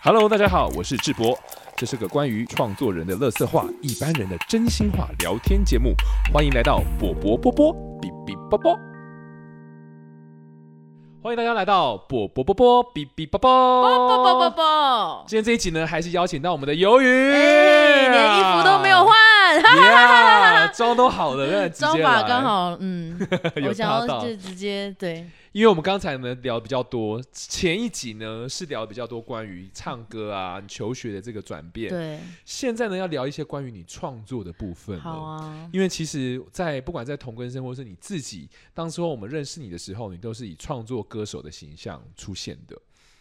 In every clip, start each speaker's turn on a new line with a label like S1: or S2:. S1: Hello，大家好，我是智博，这是个关于创作人的乐色话、一般人的真心话聊天节目，欢迎来到波波波波比比波波。欢迎大家来到波波波波比比波波
S2: 哦不不不不不，
S1: 今天这一集呢，还是邀请到我们的鱿鱼，
S2: 哎，连衣服都没有换，哈哈
S1: 呀，妆都好了， 那直
S2: 妆
S1: 接
S2: 法
S1: 来
S2: 刚，好，嗯，
S1: 有
S2: 我想
S1: 搭
S2: 要
S1: 到
S2: 就。直接对，
S1: 因为我们刚才呢聊比较多，前一集呢是聊比较多关于唱歌啊、你求学的这个转变。
S2: 对，
S1: 现在呢要聊一些关于你创作的部分了。
S2: 好啊，
S1: 因为其实在，不管在同根生或是你自己，当时候我们认识你的时候，你都是以创作歌手的形象出现的。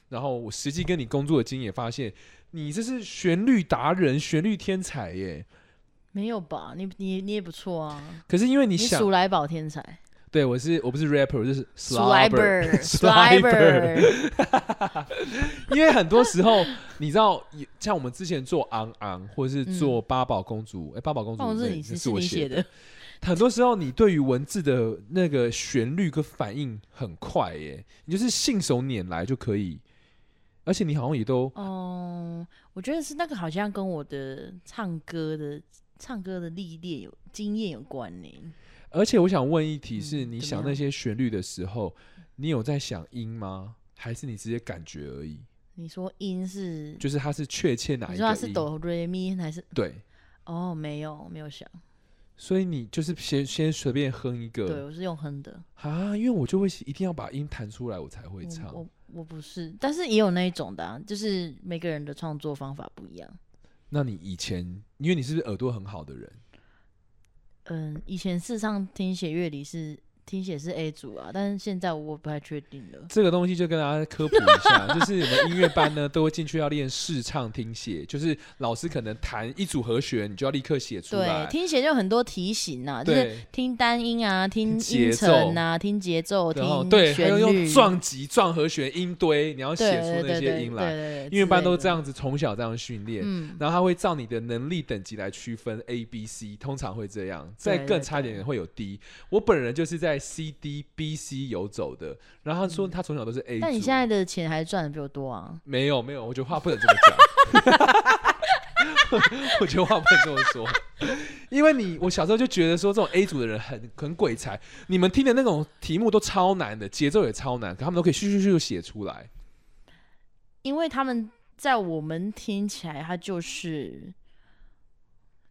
S1: 然后我实际跟你工作的经验，也发现你这是旋律达人、旋律天才耶。
S2: 没有吧？你你你也不错啊，
S1: 可是因为你
S2: 你
S1: 想，
S2: 数来宝天才，
S1: 对我是我不是 rapper，我就是
S2: 数来
S1: slobber，
S2: 本，
S1: 因为很多时候你知道，也像我们之前做昂昂，或者是
S2: 嗯
S1: 做八宝公主，哎、八宝公主
S2: 办公
S1: 那
S2: 室你是
S1: 那
S2: 是
S1: 我
S2: 你写
S1: 写
S2: 的，
S1: 很多时候，你对于文字的那个旋律跟反应很快耶，你就是信手拈来就可以，而且你好像也都
S2: 哦，我觉得是那个好像跟我的唱歌的唱歌的历练有经验有关呢。
S1: 而且我想问一题是，
S2: 嗯
S1: 你
S2: 怎么
S1: 想那些旋律的时候，你有在想音吗？还是你直接感觉而已？
S2: 你说音是，
S1: 就是它是确切哪
S2: 你
S1: 一
S2: 说它
S1: 个
S2: 是
S1: 音？
S2: 哆瑞咪还是？
S1: 对，
S2: 哦，没有没有想，
S1: 所以你就是先先随便哼一
S2: 对
S1: 个
S2: 我是用哼的。
S1: 啊，因为我就会一定要把音弹出来，我才会
S2: 我
S1: 唱。
S2: 嗯我我不是，但是也有那一种的、啊，就是每个人的创作方法不一样。
S1: 那你以前，因为你是不是耳朵很好的人？
S2: 嗯，以前事实上听写乐理是听写是 A 组啊，但是现在我不太确定了。
S1: 这个东西就跟大家科普一下， 就是我们音乐班呢都会进去要练视唱听写，就是老师可能弹一组和弦，你就要立刻写出
S2: 对，
S1: 来。
S2: 听写就很多题型啊，就是
S1: 对，
S2: 听单音啊，听
S1: 节
S2: 音程啊，听节奏，
S1: 然后
S2: 听
S1: 对，还
S2: 旋
S1: 有用
S2: 律，
S1: 撞击、撞和弦、音堆，你要
S2: 对
S1: 写出那
S2: 对对
S1: 些
S2: 对
S1: 音来。
S2: 对对对
S1: 音乐班
S2: 之类
S1: 都这
S2: 的。
S1: 样子，从小这样训练。
S2: 嗯，
S1: 然后他会照你的能力等级来区分 A、B、C，通常会这样。再
S2: 对
S1: 更
S2: 对
S1: 差一
S2: 对
S1: 点的会有 D。我本人就是在 C、D、B、C 游走的。然后他说他从小都是 A 组。
S2: 嗯但你现在的钱还赚的比我多啊。
S1: 没有没有，我觉得话不能这么讲， 我觉得话不能这么说，因为你我小时候就觉得说这种 A 组的人很很鬼才，你们听的那种题目都超难的，节奏也超难，可他们都可以咻咻咻就写出来。
S2: 因为他们在我们听起来，他就是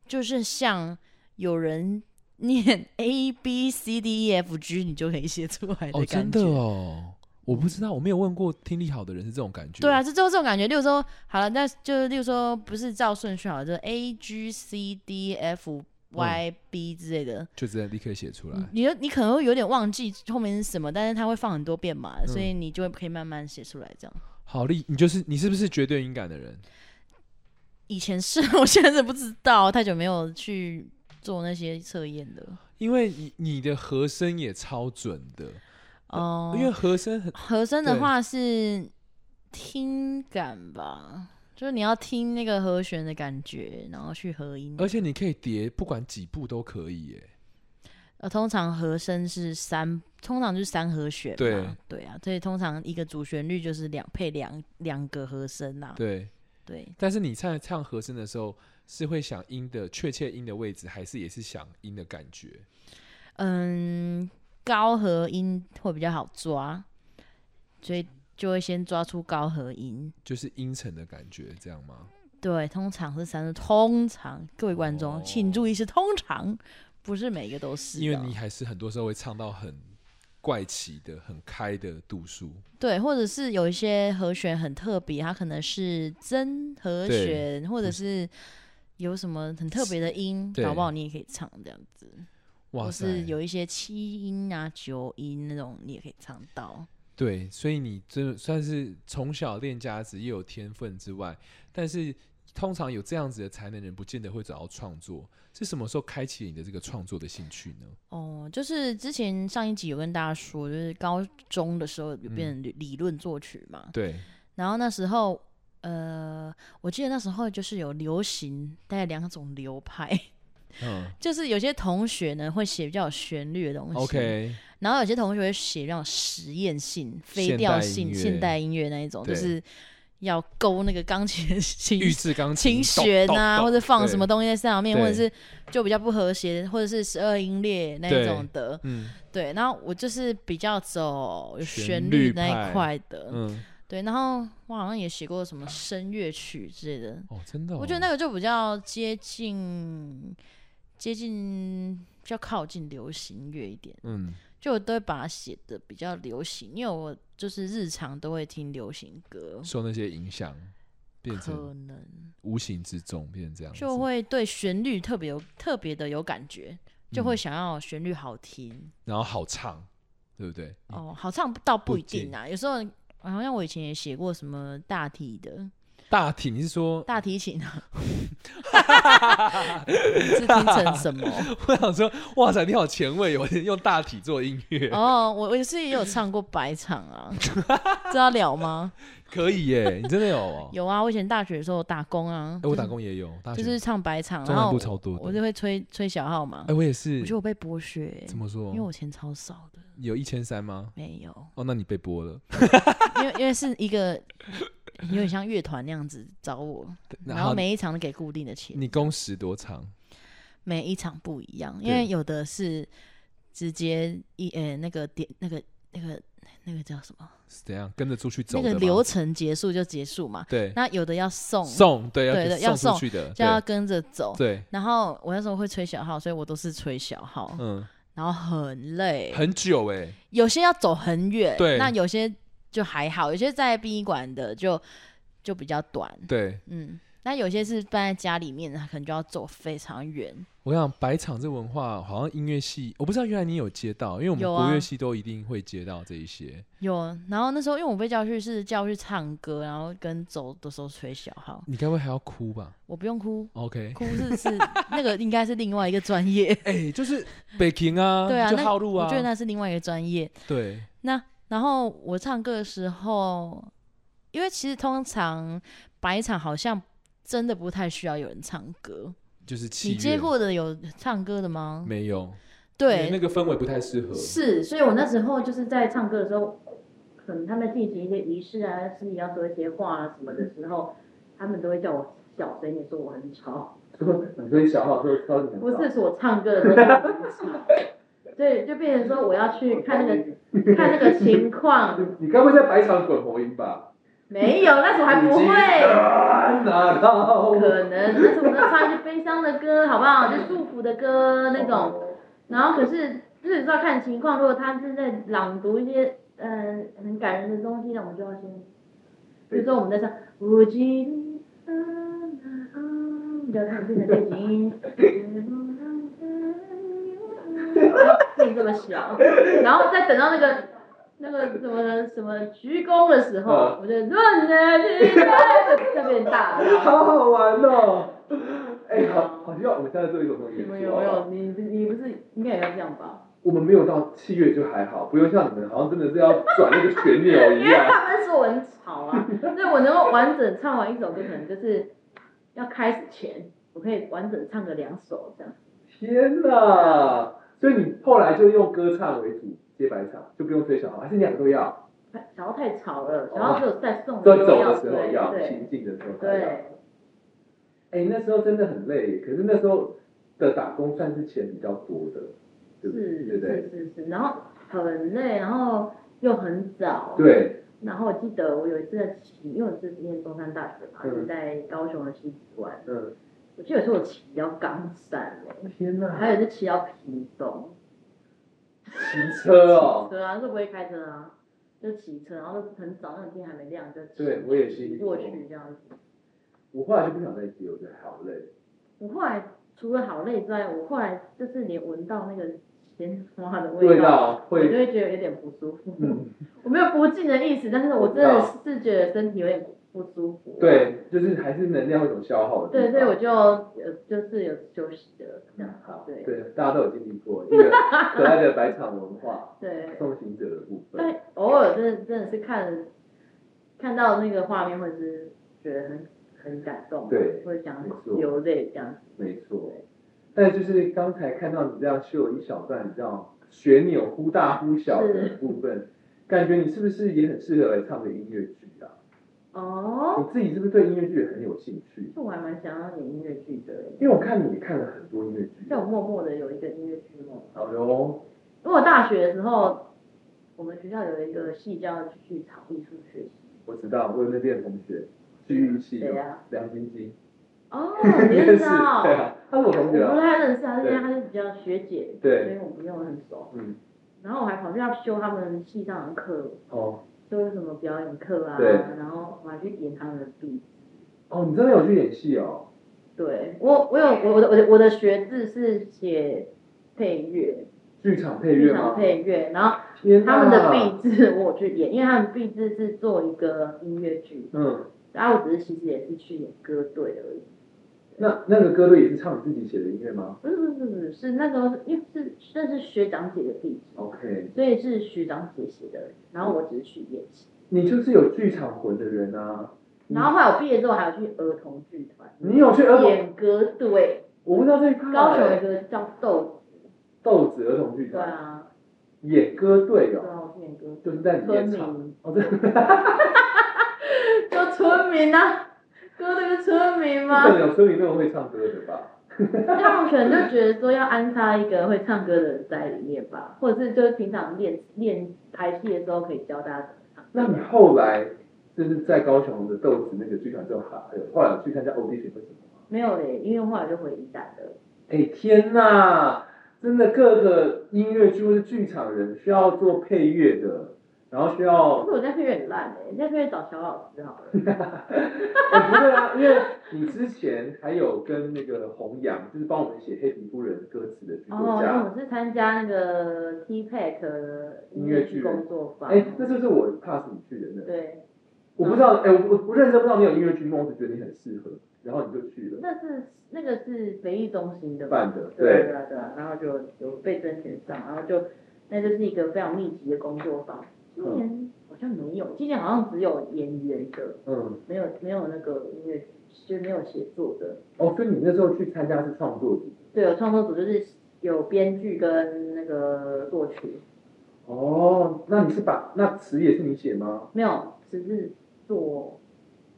S2: 就是像有人 念 A B C D E F G，你就可以写出来
S1: 哦，真
S2: 哎感觉。
S1: 的哦，我不知道，我没有问过听力好的人是这种感觉。
S2: 对啊，，就就是这种感觉。例如说，好了，那就例如说，不是照顺序好了，就是 A G C D E F Y B 之类的。
S1: 就直接立刻写出来。
S2: 你你就你可能会有点忘记后面是什么，但是他会放很多遍嘛，
S1: 嗯
S2: 所以你就会可以慢慢写出来。这样
S1: 好厉，你就是你是不是绝对音感的人？
S2: 以前是，我现在是不知道，太久没有去做那些测验了。
S1: 因为你你的和声也超准的，
S2: 哦，
S1: 呃因为和声很
S2: 和声的
S1: 对
S2: 话是听感吧，就是你要听那个和弦的感觉，然后去合音。
S1: 而且你可以叠，不管几步都可以耶。
S2: 呃，通常和声是三，通常就是三和弦嘛。
S1: 对
S2: 对啊，所以通常一个主旋律就是两配两两个和声呐、啊。
S1: 对，
S2: 对，
S1: 但是你在唱和声的时候，是会想音的确切音的位置，还是也是想音的感觉？
S2: 嗯，高和音会比较好抓，所以就会先抓出高和音。
S1: 就是音程的感觉，这样吗？
S2: 对，通常是三，通常各位观众、
S1: 哦
S2: 请注意是通常，不是每一个都是啊哦的。
S1: 因为你还是很多时候会唱到很怪奇的、很开的度数。
S2: 对，或者是有一些和弦很特别，它可能是真和
S1: 对
S2: 弦，或者
S1: 不
S2: 是有什么很特别的音，
S1: 对
S2: 搞不好你也可以唱这样子，
S1: 哇
S2: 或
S1: 塞！
S2: 是有一些七音啊、九音那种，你也可以唱到。
S1: 对，所以你真的算是从小练家子，又有天分之外，但是通常有这样子的才能人，不见得会找到创作。是什么时候开启你的这个创作的兴趣呢？
S2: 哦，就是之前上一集有跟大家说，就是高中的时候有变
S1: 嗯
S2: 成理理论作曲嘛，
S1: 对，
S2: 然后那时候，呃，我记得那时候就是有流行大概两种流派，
S1: 嗯
S2: 就是有些同学呢会写比较有旋律的东西。
S1: ，OK，
S2: 然后有些同学会写那种实验性、非调性、
S1: 现代音乐
S2: 现代音乐那一种，
S1: 对
S2: 就是要勾那个钢琴
S3: 玉
S2: 琴
S3: 制钢
S2: 琴
S3: 咚
S2: 弦
S3: 咚
S2: 啊，
S3: 咚
S2: 或者放
S3: 对
S2: 什么东西在上面，
S3: 对
S2: 或者是就比较不和谐，或者是十二音列那
S3: 对
S2: 一种的。
S3: 嗯
S2: 对，然后我就是比较走有
S3: 旋
S2: 旋
S3: 律
S2: 律那
S3: 派
S2: 一块的。
S3: 嗯，
S2: 对，然后我好像也写过什么声乐曲之类的。
S3: 哦，真的哦、
S2: 我觉得那个就比较接近接近比较靠近流行乐一点，
S3: 嗯
S2: 就我都会把它写的比较流行，因为我就是日常都会听流行歌，
S3: 受那些影响，变成
S2: 可能
S3: 无形之中变成这样子，
S2: 就会对旋律特别有特别的有感觉，就
S3: 嗯
S2: 会想要旋律好听、
S3: 然后好唱，对不对？
S2: 哦，好唱倒不一
S3: 嗯不仅
S2: 定啊，有时候。好像我以前也写过什么大提的
S3: 大体你是说，
S2: 大提琴啊， 是听成 什么？
S3: 我想说，哇塞，你好前卫哦，用大体做音乐，
S2: 哦，我我也是也有唱过白场啊，知道了吗？
S3: 可以耶，你真的有、哦？
S2: 有啊，我以前大学的时候打工啊，
S3: 哎、我
S2: 就是
S3: 打工也有，大学、
S2: 就是唱白场，
S3: 中
S2: 然
S3: 南
S2: 后
S3: 部超多的
S2: 我就会吹吹小号嘛
S3: 哎、，我也
S2: 我
S3: 是
S2: 觉得，我被剥削，欸
S3: 怎么说
S2: 因为？我钱超少的，
S3: 有一千三吗？
S2: 没有，
S3: 哦，那你被剥了，
S2: 因为因为是一个 有点像乐团那样子找我，然后每一场都给固定的钱，
S3: 你工时多长？
S2: 每一场不一样，因
S3: 对
S2: 为有的是直接一呃那个点那个那个那个叫什么
S3: 是怎样跟着出去走
S2: 那
S3: 的吗？
S2: 个流程结束就结束嘛，
S3: 对
S2: 那有的要送。
S3: 送对
S2: 对
S3: 要
S2: 对要
S3: 送出
S2: 送
S3: 去的，
S2: 就要跟着走。
S3: 对
S2: 然后我那时候会吹小号，所以我都是吹小号
S3: 对，，嗯，
S2: 然后很累，
S3: 很久哎、
S2: 有些要走很远，
S3: 对
S2: 那有些就还好，有些在殡仪馆的就就比较短，
S3: 对
S2: 嗯，那有些是搬在家里面，可能就要走非常远，
S3: 我想白场这文化好像音乐系，我不知道原来你有接到，因为我们
S2: 有啊
S3: 国乐系都一定会接到这一些。
S2: 有。然后那时候因为我被叫去是叫去唱歌，然后跟走的时候吹小号，
S3: 你该不会还要哭吧
S2: 我不 用哭，
S3: ？OK，
S2: 哭是是那个应该是另外一个专业，
S3: 哎、就是 北京啊，
S2: 对啊
S3: 就
S2: 那
S3: 号路啊，
S2: 我觉得那是另外一个专业，
S3: 对，
S2: 那然后我唱歌的时候，因为其实通常白场好像真的不太需要有人唱歌。
S3: 就是七
S2: 你
S3: 月
S2: 接过的有唱歌的吗？
S3: 没有？因为
S2: 对，
S3: 那个氛围不太适合。
S2: 是，所以我那时候就是在唱歌的时候，可能他们进行一些仪式啊，私底要说一些话啊什么的时候，他们都会叫我小声一点，说我很吵。
S1: 你说小号说超级
S2: 不是，是我唱歌的时候叫我很吵。对，就变成说我要去看那个看那个情况，
S1: 你该不会在白场滚喉音吧？
S2: 没有，那时候还不会。
S1: 哪到？
S2: 可能，但是我们要唱一些悲伤的歌，好不好？就祝福的歌那种。然后可是就是说看情况，如果他是在朗读一些嗯、呃很感人的东西，那我们就要先，比如说我们在唱《我记得》，你要看这个背景。自己这么小，然后再等到那个那个什么什么鞠躬的时候
S1: 嗯，
S2: 我就乱的鞠躬，就变大了。
S1: 好好玩哦！哎，好，好希望我们现在做一种这种
S2: 你
S1: 演
S2: 们
S1: 出
S2: 有没
S1: 哦。
S2: 有？你你不是应该也要这样吧？
S1: 我们没有到七月就还好，不用像你们好像真的是要转那个旋钮一
S2: 因为
S1: 样。
S2: 他们说我很吵 啊，所以我能够完整唱完一首歌，可能就是要开始前，我可以完整唱个两首这样。
S1: 天哪！所以你后来就用歌唱为主接白场，就不用吹小号，还是两个都要？
S2: 小号太吵了，小号只有在送
S1: 哦在走
S2: 时候
S1: 的
S2: 要
S1: 时候要，
S2: 对
S1: 行进的时候
S2: 对
S1: 才要。
S2: 对，
S1: 哎、那时候真的很累，可是那时候的打工算是钱比较多的，对
S2: 是
S1: 不对？对
S2: 是
S1: 不对？
S2: 是是，然后很累，然后又很早。。
S1: 对，然
S2: 然后我记得我有一次在骑，因为我是念中山大学嘛，
S1: 嗯
S2: 就在高雄的西子湾。
S1: 嗯，
S2: 我记得有时候我骑到冈山了，
S1: 天哪，
S2: 欸还有就骑到屏东。
S1: 骑车哦，
S2: 对啊，是不会开车啊，就骑车，然后就很早，那天还没亮就骑
S1: 对我也是
S2: 骑过去这样子。
S1: 我后来就不想再接，我觉得好累。
S2: 我后来除了好累之外，我后来就是连闻到那个鲜花的
S1: 味
S2: 味道，
S1: 道
S2: 我就
S1: 会，
S2: 会觉得有点不舒服。
S1: 嗯，
S2: 我没有不敬的意思，但是我真的是觉得身体有点不舒服。
S1: 对，就是还是能量有一种消耗的地方。
S2: 对，所以我就呃就是有休息的这样。
S1: 好，
S2: 对
S1: 对，大家都有经历过一个可爱的白场文化，
S2: 对，
S1: 送行者的部分。
S2: 但偶尔真的真的是看看到那个画面，或者是觉得很很感动，
S1: 对
S2: 会想
S1: 没错
S2: 流泪这样。
S1: 没错，但就是刚才看到你这样秀一小段，你知道旋钮忽大忽小的部分，感觉你是不是也很适合来唱个音乐剧啊？你
S2: 哦，
S1: 自己是不是对音乐剧也很有兴趣？
S2: 就我还蛮想要演音乐剧的耶，
S1: 因为我看你也看了很多音乐剧。
S2: 但我默默的有一个音乐剧梦。
S1: 好哟，
S2: 因为我大学的时候，我们学校有一个系叫剧场艺术学习。
S1: 我知道，我有那边的同学，剧艺系
S2: 对
S1: 的
S2: 呀、
S1: 梁晶晶，
S2: 哦，
S1: 你
S2: 啊你
S1: 认
S2: 认
S1: 识？对
S2: 识哦。
S1: 啊，他是我
S2: 我
S1: 同
S2: 不
S1: 学啊。
S2: 太认识啊，但
S1: 对
S2: 是她就比较学姐，
S1: 对
S2: 所以我不用很熟。
S1: 嗯，
S2: 然后我还跑去要修他们系上的课，
S1: 哦，
S2: 就是什么表演课啊，
S1: 对
S2: 然后我还去演他们的壁
S1: 哦，你真的有去演戏哦？
S2: 对我，我有我我的我的我的学制是写配乐，
S1: 剧场配
S2: 剧
S1: 乐
S2: 场
S1: 吗？啊
S2: 配乐，然后
S1: 天
S2: 他们的
S1: 哪
S2: 壁制我有去演，因为他们壁制是做一个音乐剧，
S1: 嗯，
S2: 然后我只是其实也是去演歌队而已，
S1: 那那个歌队也是唱你自己写的音乐吗
S2: 不是不是不是不是是那时候是因为是那是学长姐的壁制，
S1: ？OK，
S2: 所以是学长姐写的，然后我只是去演戏，
S1: 你就是有剧场魂的人啊。
S2: 然后后来我毕业之后还有去儿童剧团
S1: 你有嗯去儿童？
S2: 演歌队，
S1: 我不知道这一趴、
S2: 高雄有一
S1: 欸。
S2: 个叫豆，
S1: 豆子儿童剧
S2: 对
S1: 团、
S2: 啊，
S1: 演歌队
S2: 对
S1: 哦，
S2: 啊，我去演歌
S1: 就
S2: 队，
S1: 是在里
S2: 村
S1: 面唱。
S2: 民。
S1: 哦，对，
S2: 就村民啊，歌队是村民
S1: 不可
S2: 吗？
S1: 能有村民那么会唱歌的吧？
S2: 他们可能就觉得说要安插一个会唱歌的人在里面吧，或者是就是平常练练排戏的时候可以教大家怎么唱。
S1: 那你后来就是在高雄的豆子那个剧团之后，还有后来有去参加 audition 为什么吗？
S2: 没有嘞，因为后来就回宜兰了。
S1: 哎、天呐，真的各个音乐剧或是剧场人需要做配乐的，然后需要
S2: 可是我在配乐很烂嘞，在配乐找小老师好了。
S1: 哎不对啊，因为你之前还有跟那个弘扬，就是帮我们写《黑皮夫人》歌词的剧
S2: 哦
S1: 作，
S2: 那
S1: 家。
S2: 我是参加那个 T Pack 的音乐剧工作坊。
S1: 哎、那就是我 pass 你去的那个，
S2: 对，
S1: 我不知道，哎、我我我认真不知道你有音乐剧梦，我只觉得你很适合，然后你就去了，
S2: 那是那个是北艺中心的吧？
S1: 办的，
S2: 对啊
S1: 对，
S2: 对啊对啊，然后就有被甄选上，然后就那就是一个非常密集的工作坊。今年好像没有，今年好像只有演员的，
S1: 嗯，
S2: 没有没有那个音乐，就是没有写作的。
S1: 哦，所以你那时候去参加是创作组，
S2: 对，有创作组就是有编剧跟那个作曲，
S1: 哦，那你是把那词也是你写吗？
S2: 没有只是做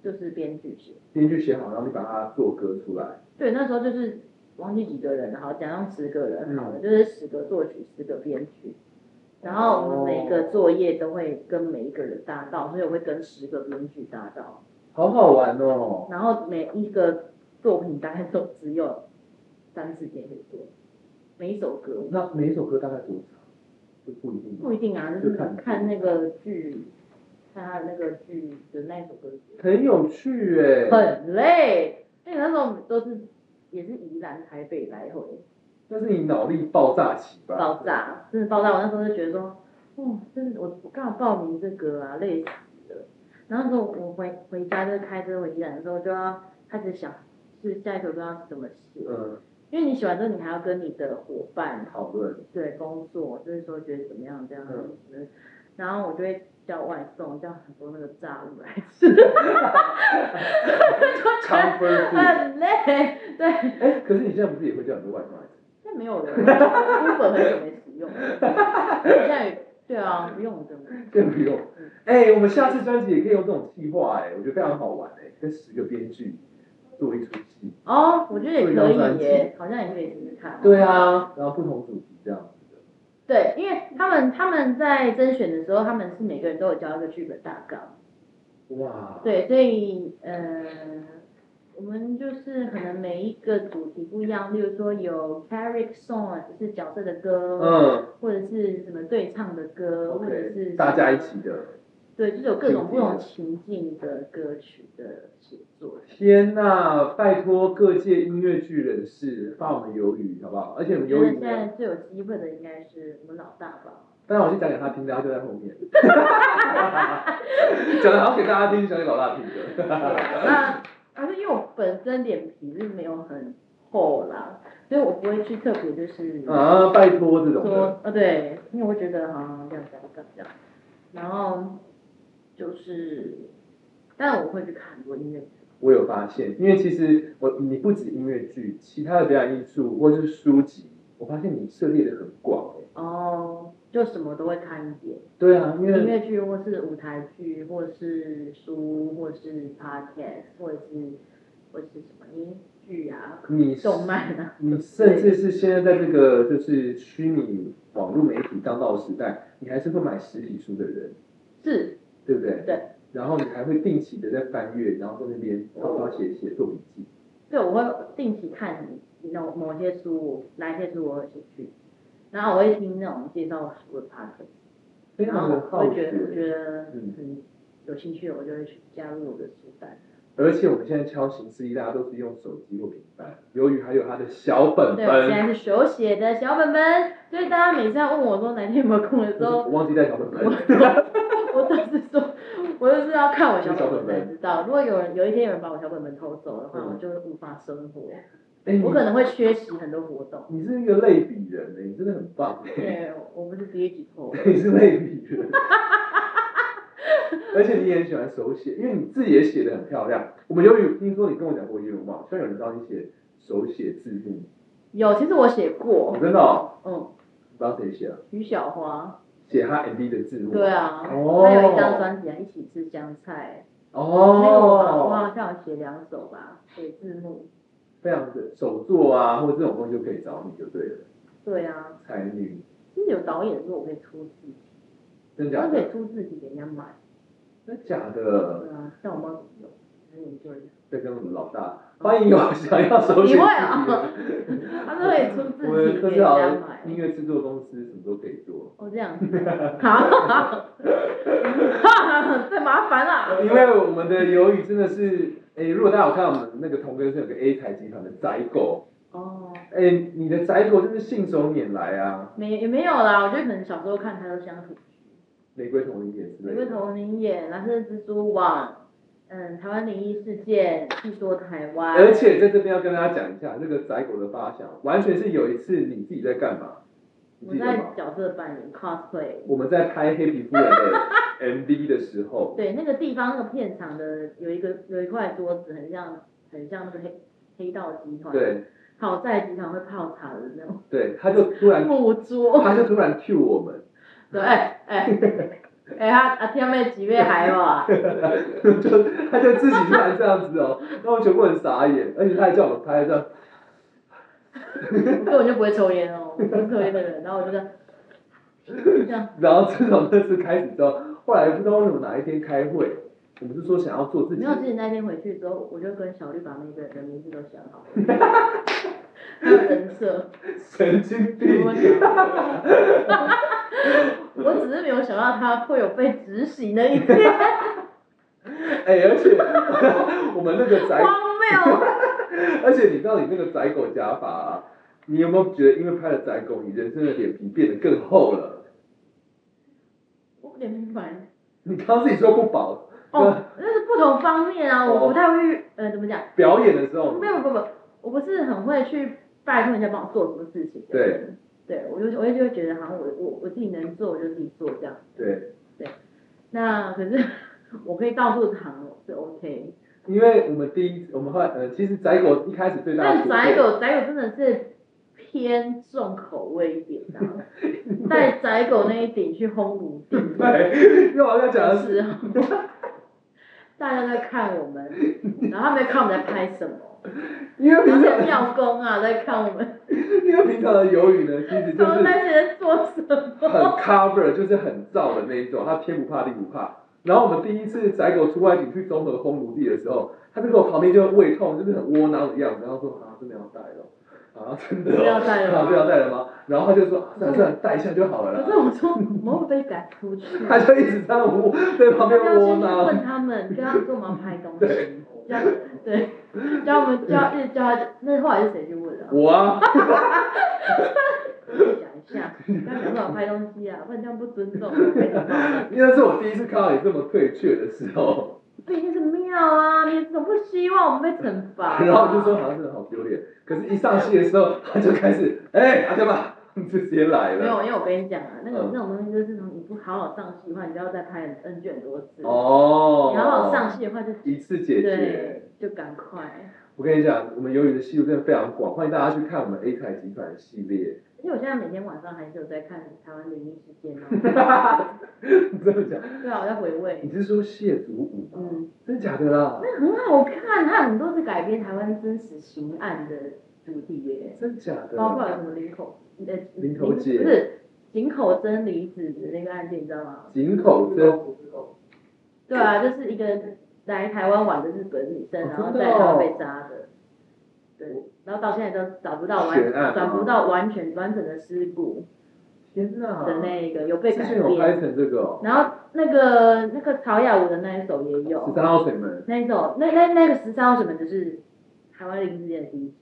S2: 就是编剧写。
S1: 编剧写好，然后你把它做歌出来，
S2: 对，那时候就是忘记几个人了，好，假装十个人好了，就是十个作曲，十个编剧。然后我们每个作业都会跟每一个人搭档，所以我会跟十个编剧搭档。
S1: 好好玩哦，
S2: 然后每一个作品大概都只有三四天可以做，每一首歌
S1: 那每一首歌大概多长？就不一定吗
S2: 不一定啊，就是看那个剧，看他那个剧的那一首歌，
S1: 很有趣哎、
S2: 很累。因为那时候我们都是也是宜兰、台北来回，
S1: 但是你脑力爆炸期吧？
S2: 爆炸，真的爆炸！我那时候就觉得说，哇，真的我我干嘛报名这个啊，累死了。然后那时候我回回家就是开车回宜兰的时候，就要开始想，是下一首歌要怎么写。
S1: 嗯，
S2: 因为你写完之后，你还要跟你的伙伴
S1: 讨论。
S2: 对工作，就是说觉得怎么样这样子
S1: 嗯。
S2: 然后我就会叫外送，叫很多那个炸物来 吃，
S1: Comfort food。
S2: 很累。对，
S1: 哎，可是你现在不是也会叫很多外卖？
S2: 但没有人，Uber 啊很久没使用了，现在对啊，不用真的。
S1: 更不用。
S2: 嗯
S1: 哎，我们下次专辑也可以用这种计划哎，我觉得非常好玩哎，跟十个编剧做一出戏。
S2: 哦，我觉得也可
S1: 不一样专
S2: 以
S1: 辑
S2: 耶，好像也可以试试看。哦
S1: 对啊，然后不同主题这样子的。
S2: 对，因为他们他们在甄选的时候，他们是每个人都有交一个剧本大纲，
S1: 哇。。
S2: 对，所以呃，我们就是可能每一个主题不一样，例如说有 character song 啊就是角色的歌，
S1: 嗯
S2: 或者是什么对唱的歌，或者是
S1: ，OK，大家一起，的。
S2: 对，就是有各种不同情境的歌曲的写作。
S1: 天呐，拜托各界音乐剧人士帮我们鱿鱼好不好？而且我们
S2: 觉
S1: 鱿
S2: 得
S1: 鱼
S2: 现
S1: 呢
S2: 在，最有机会的应该是我们老大吧。
S1: 当然我去讲给他听的，他就在后面。讲的好像给大家听，讲给老大听的。
S2: 啊那而且因为我本身脸皮是没有很厚啦，所以我不会去特别就是
S1: 啊，拜托这种的，
S2: 说呃对，因为我觉得好像这样这样这样这样，然后就是，但我会去看很多音乐剧，
S1: 我有发现，因为其实我你不止音乐剧，其他的表演艺术或是书籍，我发现你涉猎的很广、欸、
S2: 哦，就什么都会看一点，
S1: 对啊，因
S2: 音
S1: 为
S2: 乐剧或是舞台剧，或是书，或是 podcast，或者是或是什么音剧啊、
S1: 你
S2: 动漫啊，
S1: 你甚至是现在在这个就是虚拟网络媒体当道时代，你还是会买实体书的人，
S2: 是
S1: 对不对？
S2: 对。
S1: 然后你还会定期的在翻阅，然后在那边抄抄写写做笔记。
S2: 对，我会定期看某某些书，哪一些书我有兴趣，然后我会听那种介绍书的 podcast，
S1: 非
S2: 然
S1: 常
S2: 后
S1: 的
S2: 嗯我
S1: 好
S2: 会觉得我
S1: 学，
S2: 觉得
S1: 嗯
S2: 很有兴趣，我就会去加入我的书单。
S1: 而且我们现在敲行事历，大家都是用手机或平板，由于还有他的小本
S2: 对，我
S1: 本，
S2: 现在是手写的小本本，所以大家每次要问我说哪天有没有空的时
S1: 我
S2: 候，
S1: 忘记带小本本，
S2: 我都是说，我就是要看我小
S1: 小本
S2: 本本
S1: 本
S2: 才知道。如果有人有一天有人把我小本本偷走的话，
S1: 嗯
S2: 我就无法生活，
S1: 哎，你
S2: 我可能会缺席很多活动。
S1: 你是一个类比人呢，你真的很棒 哎，
S2: 对，我不是第一集错。
S1: 你是类比人， 而且你也很喜欢手写，因为你字也写的很漂亮。我们由于听说你跟我讲过一句话，好像有人找你写手写字幕，
S2: 有，其实我写过
S1: 我，真的哦，
S2: 嗯，
S1: 不知道谁写了，
S2: 于小花，
S1: 写他 MV 的字幕，
S2: 对，啊，
S1: 哦
S2: 她有一张专辑啊，一起吃香菜，那个我好我
S1: 哦，
S2: 好像有写两首吧，写字幕。
S1: 非常的手作啊，或者这种东西就可以找你就对了，
S2: 对啊，
S1: 才女，
S2: 其实有导演说我可以出字体，
S1: 真
S2: 我
S1: 假
S2: 可
S1: 的
S2: 以？出字体给人家买。
S1: 真假
S2: 对
S1: 的？
S2: 啊，像我妈怎么用，还是你做人，
S1: 在跟我们老大，欢迎有想要手写
S2: 你
S1: 字幕
S2: 会啊
S1: 的。
S2: 他们可以 出
S1: 我的
S2: 字体
S1: 科
S2: 给
S1: 技
S2: 人
S1: 好
S2: 家
S1: 的
S2: 买。
S1: 音乐制作公司什么都可以做，
S2: 哦，这样子， 好，太麻烦了。
S1: 因为我们的鱿鱼真的是，哎、如果大家有看我们那个同根是有个 A 台集团的宅狗，
S2: 哦，
S1: 哎、你的宅狗真是信手拈来啊，
S2: 没也没有啦，我觉得可能小时候看他都相处。
S1: 玫瑰同林也之
S2: 玫
S1: 类
S2: 瑰
S1: 的，
S2: 童林演，蓝色蜘蛛网，嗯，台湾灵异事件，据说台湾，
S1: 而且在这边要跟大家讲一下，这个宅狗的发想，完全是有一次你自己在干嘛？你
S2: 我
S1: 记得
S2: 在
S1: 吗？
S2: 角色扮演 cosplay，
S1: 我们在拍黑皮肤人的 MV 的时候，
S2: 对，那个地方那个片场的有一个有一块桌子，很像很像那个黑黑道集团，，
S1: 对
S2: 讨债集团会泡茶的那种
S1: 对，他就突然
S2: 木桌，
S1: 哦他就突然 cue 我们，
S2: 对，哎哎哎，他啊天妹几妹还有啊，
S1: 就他就自己突然这样子哦，然后我全部很傻眼，而且他还叫我们拍这样，
S2: 我根本就不会抽烟哦，我不是抽烟的人，然后我就这样这样，
S1: 然后自从那次开始之后，后来不知道为什么哪一天开会，我们就说想要做自己
S2: 没有，之前那天回去之后，我就跟小绿把每个人的名字都想好，还有人设，
S1: 神经病
S2: 我，想好我只是没有想到他会有被执行的一天，
S1: 哎、而且我们那个宅，
S2: 荒谬。
S1: 而且你知道你那个宅狗假发啊，你有没有觉得因为拍了宅狗，你人生的脸皮变得更厚了？
S2: 我脸皮白。
S1: 你刚刚自己说不薄，
S2: 哦，那是不同方面啊，我不太会去，呃，怎么讲？
S1: 表演的时候
S2: 没有，不不，我不是很会去拜托人家帮我做什么事情的人。对，我就我就会觉得好像我我我自己能做，我就自己做这样。
S1: 对，
S2: 那可是 我可以到处躺，我是 OK。
S1: 因为我们第一，我们后来呃，其实宅狗一开始最大的
S2: 但
S1: 突
S2: 宅
S1: 破
S2: 狗宅狗真的是偏重口味一点 的、啊，带宅狗那一顶去烘炉地
S1: 对， 因为我要讲的
S2: 的
S1: 是，
S2: 时候，大家在看我 们，然后他们在看我们在拍什么。
S1: 因为
S2: 而
S1: 平
S2: 且
S1: 常，
S2: 妙公啊，在看我们，
S1: 因为平常的鱿鱼呢，其实 就
S2: 他们
S1: 是
S2: 在在做什么？
S1: 很 cover，就是很燥的那一种，他天不怕地不怕。然后我们第一次宅狗出外景去综合烘炉地的时候，他就跟我旁边就胃痛，就是很窝囊的样子，然后说啊，真的要戴了，啊，真的、哦、
S2: 真的要戴了吗
S1: 啊，真的要戴了吗？然后他就说，啊算了算了，戴一下就好了 啦。
S2: 可是我说，我们会被赶出去。
S1: 他就一直在窝在旁边
S2: 要
S1: 窝
S2: 先去
S1: 囊，
S2: 问他们，叫他们给 我们拍东西，叫对，叫我们叫一直叫他，那后来是谁去问的？
S1: 我啊，
S2: 自己讲一下，不要想办法拍东西啊，不然这样不尊重。
S1: 因为那是我第一次看到你这么退却的时候，
S2: 毕竟是妙啊，你总不希望我们被惩罚、啊
S1: 然后我就说，好像真的好丢脸。可是，一上戏的时候，他就开始，哎、阿干嘛？你直接来
S2: 没
S1: 了。
S2: 有，因为我跟你讲啊，那个
S1: 嗯
S2: 那种东西就是你不好好上戏的话，你就要再拍 N 卷多次。
S1: 哦，
S2: 你好好上戏的话就
S1: 一次解决
S2: 对。，就赶快。
S1: 我跟你讲，我们鱿鱼的戏路真的非常广，欢迎大家去看我们 A 台集团系列。
S2: 因为我现在每天晚上还是有在看台湾灵异事件啊，
S1: 真的假的？
S2: 对啊，我在回味
S1: 你，是说谢祖武吗？
S2: 嗯，
S1: 真的假的啦？
S2: 那很好看，它很多是改编台湾真实刑案的主题耶，
S1: 真假的？
S2: 包括有什么林口，呃，
S1: 呃林口姐
S2: 不是井口真离子的那个案件，你知道吗？
S1: 井口真，
S2: 对啊，就是一个来台湾玩的日本女生，
S1: 哦
S2: 然后
S1: 真的
S2: 在她
S1: 哦
S2: 被杀的，对，然后到现在都找不到完
S1: 悬案，吗啊
S2: 找不到完全完整的尸骨
S1: 天哪！
S2: 的那一个有被
S1: 之
S2: 改
S1: 前有拍
S2: 编，
S1: 成这个哦，
S2: 然后那个那个曹雅文的那一首也
S1: 十
S2: 有，
S1: 三号水门
S2: 那一首那那那个十三号什么就是台湾零之间的第一集，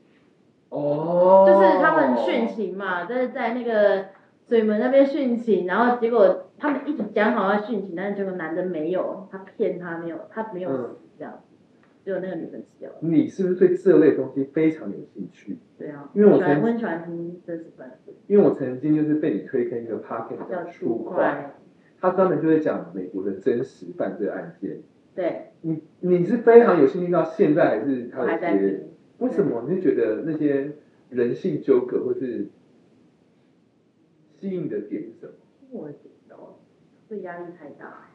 S1: 哦，
S2: 就是他们殉情嘛，就是在那个水门那边殉情，然后结果他们一直讲好要殉情，但是结果男的没有，他骗他没有，他没有死
S1: 嗯
S2: 这样，只有那个女生死掉了。
S1: 你是不是对这类东西非常有兴趣？
S2: 对啊，
S1: 因为我
S2: 喜欢
S1: 曾
S2: 我很喜欢听真实版本，
S1: 因为我曾经就是被你推坑一个 p o c a s t
S2: 叫
S1: 叫《
S2: 《出
S1: 出快》，
S2: 快
S1: 它专门就是讲美国的真实犯罪案件。》，
S2: 对，
S1: 你你是非常有兴趣到现在还是它
S2: 我还
S1: 有
S2: 在
S1: 些？
S2: 听。
S1: 为什么你是觉得那些人性纠葛或是吸引的点是什么？
S2: 我也不知
S1: 哦
S2: 道，这压力太 大，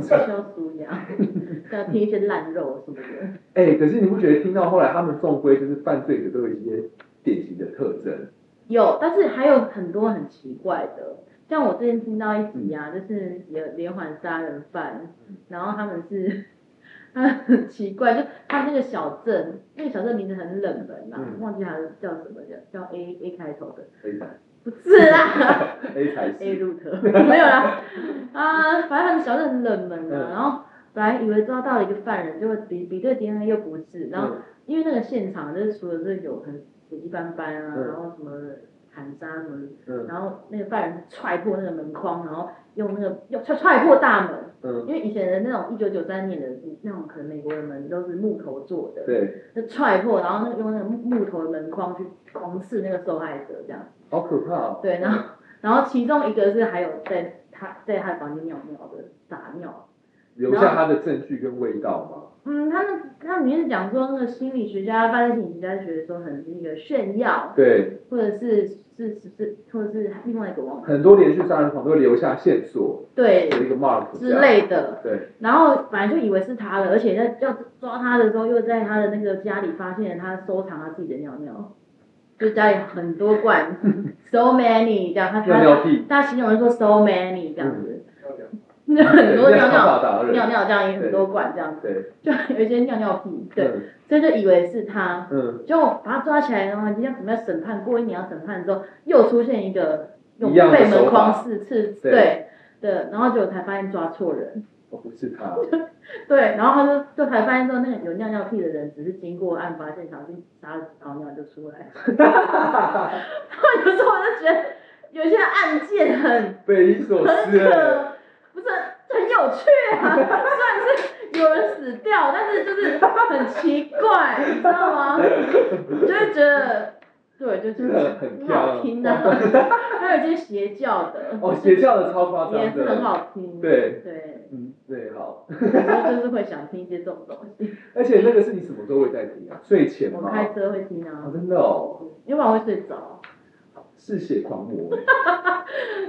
S2: 需要舒 压，要听一些烂肉什么的。
S1: 哎、可是你不觉得听到后来他们终归就是犯罪者都有一些典型的特征？
S2: 有，但是还有很多很奇怪的，像我之前听到一集
S1: 嗯
S2: 啊，就是有连环杀人犯， 然后他们是。他很奇怪，就他那个小镇，那个小镇名字很冷门啊，
S1: 嗯
S2: 忘记它叫什么了，叫 A A 开头的，
S1: A 才
S2: 不 是啦，
S1: A 才
S2: A
S1: 是，
S2: 路特没有啦，啊，反正他们小镇很冷门啊，
S1: 嗯
S2: 然后本来以为抓到了一个犯人，结果比比对 DNA 又不是， 然后
S1: 嗯
S2: 因为那个现场就是除了这有很一般般啊，
S1: 嗯
S2: 然后什么砍杀什么的，
S1: 嗯
S2: 然后那个犯人踹破那个门框，然后用那个用踹踹破大门，
S1: 嗯，
S2: 因为以前的那种一九九三年的那种可能美国的门都是木头做的，
S1: 对，
S2: 就踹破，然后那个用那个木木头的门框去狂刺那个受害者这样。
S1: 好可怕哦。
S2: 对，然后然后其中一个是还有在他在他的房间尿尿的撒尿。
S1: 留下他的证据跟味道吗？
S2: 嗯，他们他里面是讲说那个心理学家、犯罪心理学家觉得说很那个炫耀，
S1: 对，
S2: 或者是是是是，或者是另外一个忘了
S1: 很多连续杀人狂都会留下线索，
S2: 对
S1: 有一个 mark 这
S2: 之
S1: 样。
S2: 类的。
S1: 对，
S2: 然后本来就以为是他了，而且在要抓他的时候，又在他的那个家里发现了他收藏他自己的尿尿，就家里很多罐 ，so many 这样，他
S1: 尿
S2: 他
S1: 尿屁，
S2: 他形容人说 so many 这样子，
S1: 对
S2: 很多尿尿。
S1: 打到人
S2: 尿尿这样也很多罐这样子，
S1: 对，
S2: 就有一些尿尿屁，对，
S1: 嗯
S2: 所以就以为是他，
S1: 嗯，
S2: 就把他抓起来，然后人家准备要审判，过一年要审判之后，又出现一个用
S1: 一样的
S2: 被门
S1: 手法
S2: 框四次，
S1: 对
S2: 对的，然后结果才发现抓错人，
S1: 我不是他，
S2: 对，然后他就就才发现说那个有尿尿屁的人只是经过案发现场去撒了 泡尿就出来，然后有时候我就觉得有些案件很
S1: 匪夷所
S2: 很
S1: 思。
S2: 可，不是很有趣啊。 虽然是有人死掉，但是就是很奇怪，你知道吗？就会觉得，对，
S1: 就
S2: 就
S1: 是是很很
S2: 很好听的、 还有一些邪教的，
S1: 哦，邪教的超夸
S2: 也
S1: 张
S2: 是很
S1: 的，
S2: 好听。
S1: 对，
S2: 对，
S1: 嗯，对，好。
S2: 我就是会想听一些这种东西。
S1: 而且那个是你什么时候会在听啊？睡前
S2: 我
S1: 吗？
S2: 开车会听啊
S1: 哦，，真的哦，
S2: 要不然我会睡着。
S1: 嗜血狂魔欸。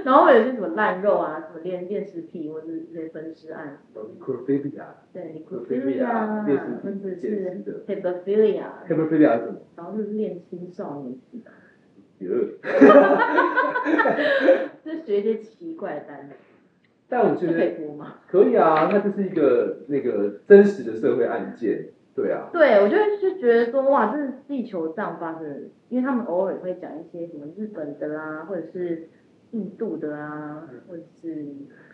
S2: 然后会有些什么烂肉啊，什么恋恋尸癖，或是一些分尸案，
S1: Necrophilia，
S2: 对，你
S1: Necrophilia，恋尸癖
S2: 甚至
S1: 解析
S2: 是
S1: 的
S2: pedophilia，
S1: Necrophilia 是什么？
S2: 然后就是练青少年期吧，
S1: 有。
S2: 就学一些奇怪的单词，
S1: 但我
S2: 这
S1: 觉
S2: 可
S1: 得
S2: 以播吗？
S1: 可以啊，它就是一个那个真实的社会案件，对啊，
S2: 对，我就就觉得说，哇，这是地球上发生的，因为他们偶尔会讲一些什么日本的啦，或者是印度的啊，
S1: 嗯
S2: 或者是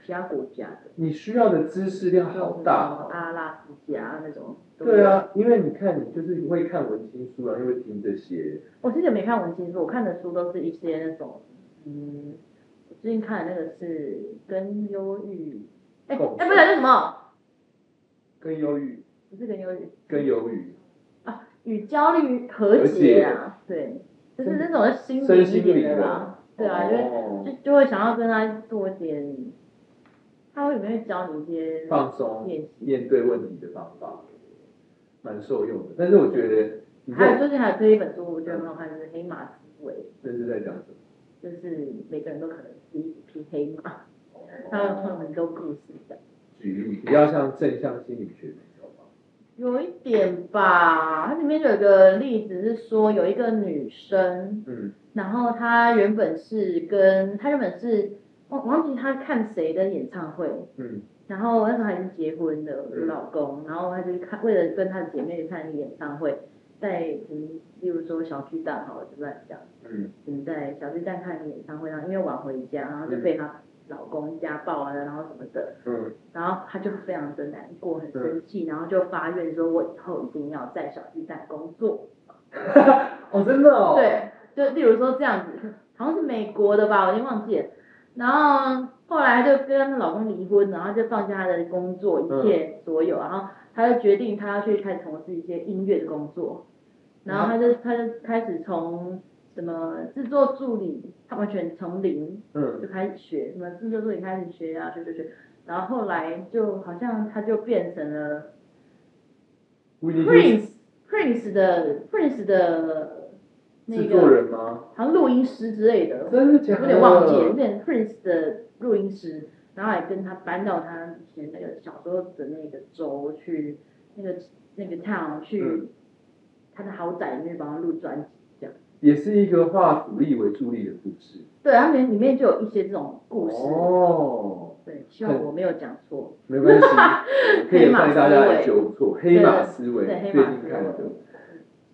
S2: 其他国家的，
S1: 你需要的知识量好大
S2: 什么
S1: 哦。
S2: 阿拉斯加那种。
S1: 对，啊，因为你看，你就是会看文青书啊，又会听这些，
S2: 我之前没看文青书，我看的书都是一些那种，嗯，我最近看的那个是跟忧郁，哎、
S1: 共
S2: 哎、不是那什么，
S1: 更忧郁，
S2: 不是跟忧郁。
S1: 更忧郁，
S2: 与焦虑和解啊，对，就是那种心
S1: 身
S2: 理一
S1: 心
S2: 点
S1: 灵
S2: 的啦，对啊，就
S1: 哦
S2: 就就会想要跟他做一点，他会有没有教你一些
S1: 放松
S2: 练习，
S1: 面对问题的方法，蛮受用的。但是我觉得你
S2: 还有
S1: 在
S2: 啊最近还有推一本书，我觉得很好看，就是《黑马思维》，
S1: 这是在讲什么？
S2: 就是每个人都可能是一匹黑马，他
S1: 哦
S2: 们有很多故事的，
S1: 举例比较像正向心理学那种吧。
S2: 有一点吧。它里面有一个例子是说，有一个女生，
S1: 嗯，
S2: 然后她原本是跟她原本是忘忘记她看谁的演唱会，
S1: 嗯
S2: 然后那时候还是结婚的，我老公，然后他就看，为了跟他的姐妹去看演唱会，在嗯，例如说小巨蛋好了，就乱讲，
S1: 嗯，
S2: 嗯，在小巨蛋看演唱会，然后因为晚回家，然后就被她老公家暴啊，然后什么的，
S1: 嗯，
S2: 然后她就非常的难过，很生气，然后就发愿说，我以后一定要在小巨蛋工作，
S1: 哦，真的哦，，
S2: 对，就例如说这样子，好像是美国的吧，我已经忘记了。然后后来就跟她老公离婚，然后就放下她的工作，一切所有，然后她就决定她要去开始从事一些音乐的工作，然后她就她就开始从什么制作助理，她完全从零
S1: 嗯
S2: 就开始学，什么制作助理开始学啊，学学学，然后后来就好像她就变成了。
S1: ，Whitney Houston
S2: Prince Prince 的 Prince 的那
S1: 制作
S2: 个
S1: 人吗？
S2: 好像录音师之类的，
S1: 真的假
S2: 有
S1: 的？
S2: 点忘记
S1: 呃
S2: 了，有点 Prince 的录音师，然后还跟他搬到他以前那个小时候的那个州去，那个那个 town 去
S1: 嗯
S2: 他的豪宅里面帮他录专辑这样。
S1: 也是一个化鼓励为助力的故事。
S2: 对，他们里面就有一些这种故事。
S1: 哦，
S2: 对，希望我没有讲错。
S1: 没关系， 我可以带大家来纠错，黑
S2: 黑
S1: 马
S2: 马
S1: 思维
S2: 对
S1: 最
S2: 对黑马
S1: 近
S2: 思维
S1: 看的。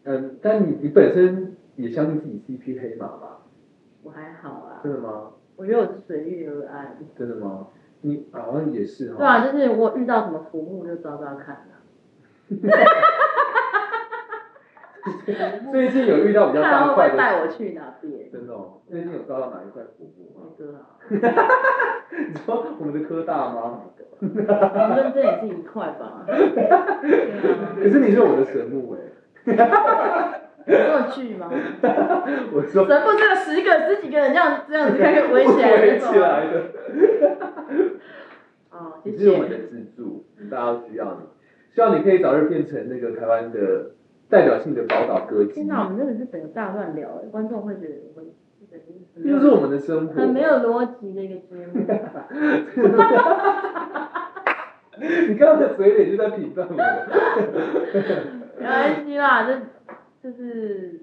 S1: 嗯，但你你本身也相信自己是一匹黑马吧？
S2: 我还好啊，
S1: 真的吗？
S2: 我觉得我是随遇而安。
S1: 真的吗？你好像也是
S2: 对
S1: 哈。
S2: 啊，就是我遇到什么浮木就抓抓看啊。
S1: 最近有遇到比较
S2: 看他
S1: 大
S2: 会不会
S1: 块
S2: 带
S1: 的，
S2: 我去哪边？
S1: 真的哦。最近有抓到哪一块浮木
S2: 那
S1: 吗？
S2: 个啊，
S1: 你说我们的科大吗？
S2: 反正这也是一块吧。啊
S1: 可是你是我的神木哎，
S2: 你有去吗？
S1: 我 说
S2: 全部只有十个、十几个人这样这样子可以围起来
S1: 围
S2: 那
S1: 起
S2: 种 啊。
S1: 来的。
S2: 哦，谢
S1: 你是我
S2: 谢
S1: 们。的支柱，大家都需要你，希望你可以早日变成那个台湾的代表性的宝岛歌姬
S2: 天，哪，我们真的是整个大乱聊，欸观众会觉得我们这个是
S1: 这就是我们的生活。
S2: 很没有逻辑的一个节目。
S1: 你刚刚的嘴脸就在评断 我，
S2: 没关系啦，啊这就是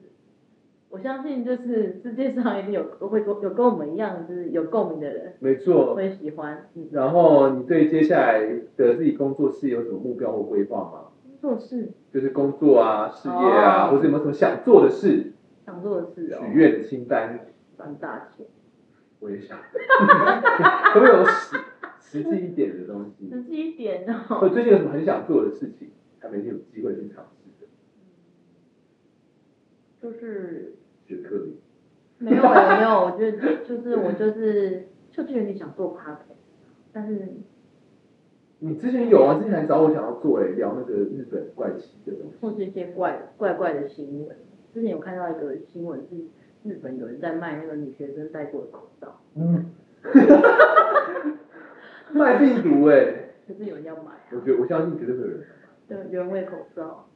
S2: 我相信，就是世界上一定有会跟有跟我们一样就是有共鸣的人
S1: 没错。
S2: 会喜欢。嗯，
S1: 然后你对接下来的自己工作室有什么目标或规划吗？
S2: 做事
S1: 就是工作啊、事业啊，
S2: 哦
S1: 或者有没有什么想做的事、
S2: 想做的事哦
S1: 许，愿的清单？
S2: 赚大钱。
S1: 我也想， 可不可以有实实际一点的东西？
S2: 实际一点哦
S1: 我。最近有什么很想做的事情，还没有机会去尝试的？
S2: 就是
S1: 学科里。
S2: 没有欸没有，我觉得就是我就是就是有点想做 p a r t 但是
S1: 你之前有啊，之前还找我想要做哎、聊那个日本怪奇的东西。
S2: 或是一些怪怪怪的新闻。之前有看到一个新闻是日本有人在卖那个女学生戴过的口罩，
S1: 嗯， 卖病毒哎、
S2: 可是有人要买
S1: 我
S2: 啊，
S1: 觉得我相信绝对会有人。
S2: 对，原味口罩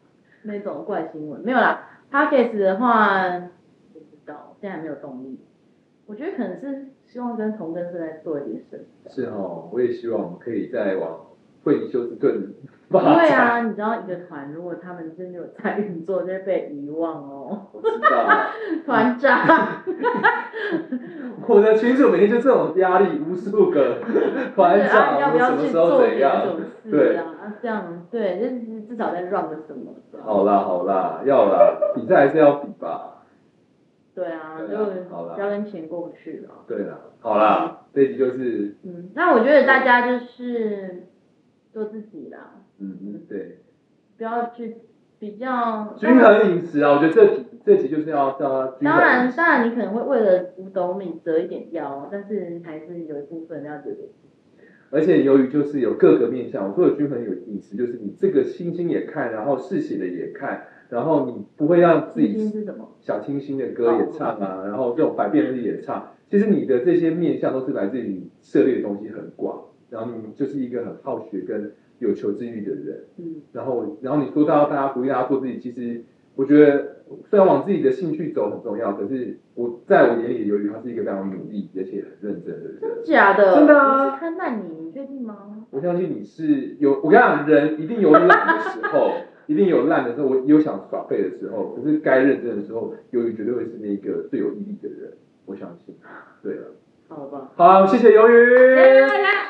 S2: 那种怪新闻没有啦。p a c k e t 的话不知道，现在还没有动力。我觉得可能是希望跟同根社在做一点事。
S1: 是哦，我也希望我们可以再往惠尼休斯顿发
S2: 对
S1: 展。
S2: 啊，你知道一个团如果他们真的有在运作，就会被遗忘 哦。
S1: 我知道，
S2: 团长，
S1: 我的群主每天就这种压力，无数 个团
S2: 对啊
S1: 长，
S2: 要不
S1: 我
S2: 要
S1: 什么
S2: 去
S1: 时候
S2: 做
S1: 怎
S2: 点
S1: 样
S2: 什？么事啊？这样对，就是至少在让个什么。
S1: 好啦好啦，要啦，比赛还是要比吧。
S2: 对啊，
S1: 对啊
S2: 就
S1: 好啦
S2: 不要跟钱过不去了。
S1: 对啦，好啦，这一集就是，
S2: 嗯，那我觉得大家就是做自己啦，
S1: 嗯嗯，对。
S2: 不要去比较。
S1: 均衡饮食啊，我觉得这题这题就是要叫他均
S2: 当
S1: 衡饮
S2: 然，
S1: 食。
S2: 当然，你可能会为了五斗米折一点腰，但是还是有一部分要留给
S1: 而且由于就是有各个面向，我说的均衡有饮食，就是你这个星星也看，然后嗜血的也看，然后你不会让自
S2: 自己。
S1: 己
S2: 心是什么？
S1: 小清新的歌也唱
S2: 哦
S1: 啊，然后这种百变日也唱。其实你的这些面向都是来自于你涉猎的东西很广，然后你就是一个很好学跟有求知欲的人。
S2: 嗯，
S1: 然后，然后你说到大家鼓励大家做自己，其实我觉得虽然往自己的兴趣走很重要，可是我在我眼里，由于他是一个非常努力而且很认真的人，
S2: 假的？
S1: 真的啊
S2: 我是看烂你，你确定吗？
S1: 我相信你是有，我跟你讲，人一定有懒的时 候，一定有烂的时候，我也有想耍废的时候，可是该认真的时候，由于绝对会是那个最有毅力的人，我相信。对了，啊
S2: 好吧。
S1: 好，谢谢鱿鱼。
S2: 来来来，